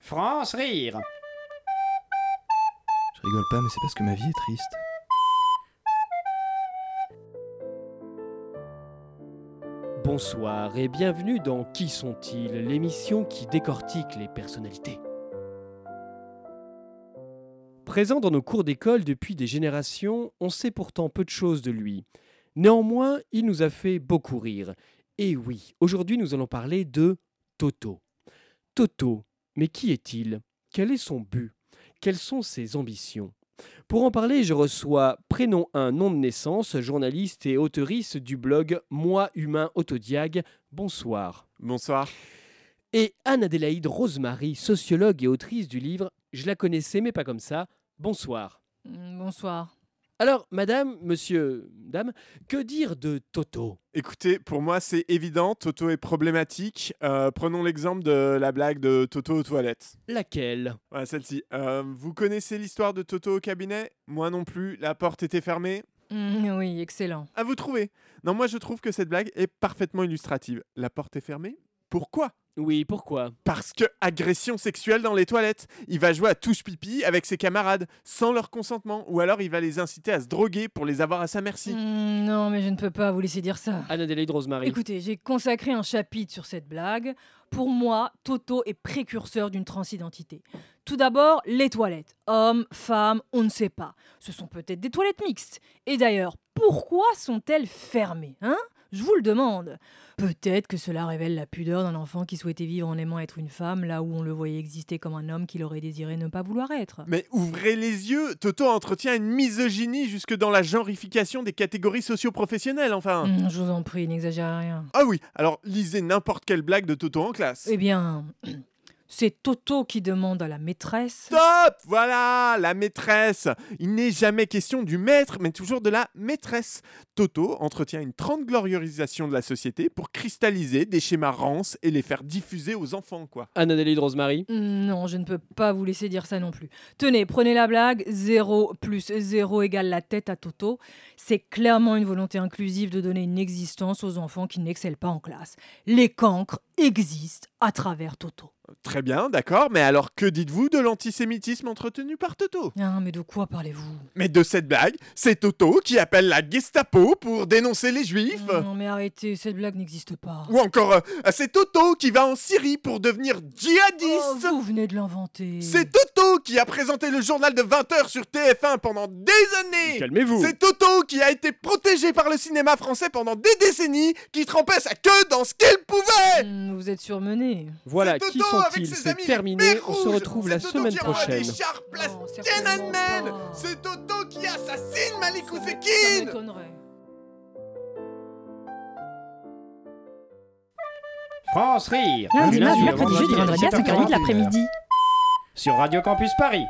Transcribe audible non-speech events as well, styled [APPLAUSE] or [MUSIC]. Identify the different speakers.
Speaker 1: France rire.
Speaker 2: Je rigole pas, mais c'est parce que ma vie est triste.
Speaker 3: Bonsoir et bienvenue dans Qui sont-ils L'émission qui décortique les personnalités. Présent dans nos cours d'école depuis des générations, on sait pourtant peu de choses de lui. Néanmoins, il nous a fait beaucoup rire. Et oui, aujourd'hui nous allons parler de Toto. Toto, mais qui est-il Quel est son but Quelles sont ses ambitions Pour en parler, je reçois prénom 1, nom de naissance, journaliste et auteurice du blog Moi Humain Autodiag. Bonsoir.
Speaker 4: Bonsoir.
Speaker 3: Et Anne-Adélaïde Rosemary, sociologue et autrice du livre Je la connaissais mais pas comme ça. Bonsoir.
Speaker 5: Bonsoir.
Speaker 3: Alors, madame, monsieur, dame, que dire de Toto
Speaker 4: Écoutez, pour moi, c'est évident, Toto est problématique. Euh, prenons l'exemple de la blague de Toto aux toilettes.
Speaker 3: Laquelle
Speaker 4: Voilà, celle-ci. Euh, vous connaissez l'histoire de Toto au cabinet Moi non plus, la porte était fermée.
Speaker 5: Mm, oui, excellent.
Speaker 4: À vous trouver. Non, moi, je trouve que cette blague est parfaitement illustrative. La porte est fermée Pourquoi
Speaker 3: Oui, pourquoi
Speaker 4: Parce que agression sexuelle dans les toilettes. Il va jouer à touche pipi avec ses camarades, sans leur consentement, ou alors il va les inciter à se droguer pour les avoir à sa merci.
Speaker 5: Mm, non, mais je ne peux pas vous laisser dire ça.
Speaker 3: Anne-Adélaïde Rosemary.
Speaker 5: Écoutez, j'ai consacré un chapitre sur cette blague. Pour moi, Toto est précurseur d'une transidentité. Tout d'abord, les toilettes. Hommes, femmes, on ne sait pas. Ce sont peut-être des toilettes mixtes. Et d'ailleurs, pourquoi sont-elles fermées hein Je vous le demande. Peut-être que cela révèle la pudeur d'un enfant qui souhaitait vivre en aimant être une femme là où on le voyait exister comme un homme qu'il aurait désiré ne pas vouloir être.
Speaker 4: Mais ouvrez les yeux, Toto entretient une misogynie jusque dans la genrification des catégories socio-professionnelles, enfin.
Speaker 5: Mm, je vous en prie, n'exagérez rien.
Speaker 4: Ah oui, alors lisez n'importe quelle blague de Toto en classe.
Speaker 5: Eh bien, [CLEARS THROAT] c'est Toto qui demande à la maîtresse.
Speaker 4: Stop Voilà, la maîtresse Il n'est jamais question du maître, mais toujours de la maîtresse. Toto entretient une trente gloriorisation de la société pour cristalliser des schémas rances et les faire diffuser aux enfants, quoi.
Speaker 3: Anne-Adélaïde Rosemary.
Speaker 5: Mm, Non, je ne peux pas vous laisser dire ça non plus. Tenez, prenez la blague. 0 plus 0 égale la tête à Toto. C'est clairement une volonté inclusive de donner une existence aux enfants qui n'excellent pas en classe. Les cancres existent à travers Toto.
Speaker 4: Très bien, d'accord, mais alors que dites-vous de l'antisémitisme entretenu par Toto
Speaker 5: Ah, mais de quoi parlez-vous
Speaker 4: Mais de cette blague, c'est Toto qui appelle la Gestapo pour dénoncer les juifs
Speaker 3: Oh.
Speaker 5: Non, mais arrêtez, cette blague n'existe pas.
Speaker 4: Ou encore, euh, c'est Toto qui va en Syrie pour devenir
Speaker 5: Oh,
Speaker 4: djihadiste.
Speaker 5: vous venez de l'inventer.
Speaker 4: c'est Toto qui a présenté le journal de 20h sur TF1 pendant des années.
Speaker 3: Calmez-vous.
Speaker 4: Eh, C'est Toto qui a été protégé par le cinéma français pendant des décennies, qui trempait sa queue dans ce qu'il pouvait.
Speaker 5: Mm, Vous êtes surmené.
Speaker 3: Voilà,
Speaker 4: C'est
Speaker 3: qui
Speaker 4: Toto avec
Speaker 3: sont-ils
Speaker 4: ses
Speaker 3: C'est
Speaker 4: amis les
Speaker 3: terminé,
Speaker 4: Pères
Speaker 3: on se
Speaker 4: Rouges.
Speaker 3: retrouve la
Speaker 4: C'est
Speaker 3: semaine
Speaker 4: Toto qui envoie
Speaker 3: prochaine. Oh.
Speaker 4: des chars
Speaker 5: Non,
Speaker 4: plastiques à
Speaker 5: Oh, certainement
Speaker 4: Nanmen.
Speaker 5: pas.
Speaker 4: C'est Toto qui assassine Malik
Speaker 5: Ça
Speaker 4: Ouzekine.
Speaker 5: m'étonnerait.
Speaker 1: France rire.
Speaker 6: Lundi,
Speaker 1: Du
Speaker 6: mardi,
Speaker 1: au
Speaker 6: mercredi, jeudi,
Speaker 1: vendredi à
Speaker 6: vendredi à 5h30 de
Speaker 1: 17h40,
Speaker 6: l'après-midi.
Speaker 1: Sur Radio Campus Paris.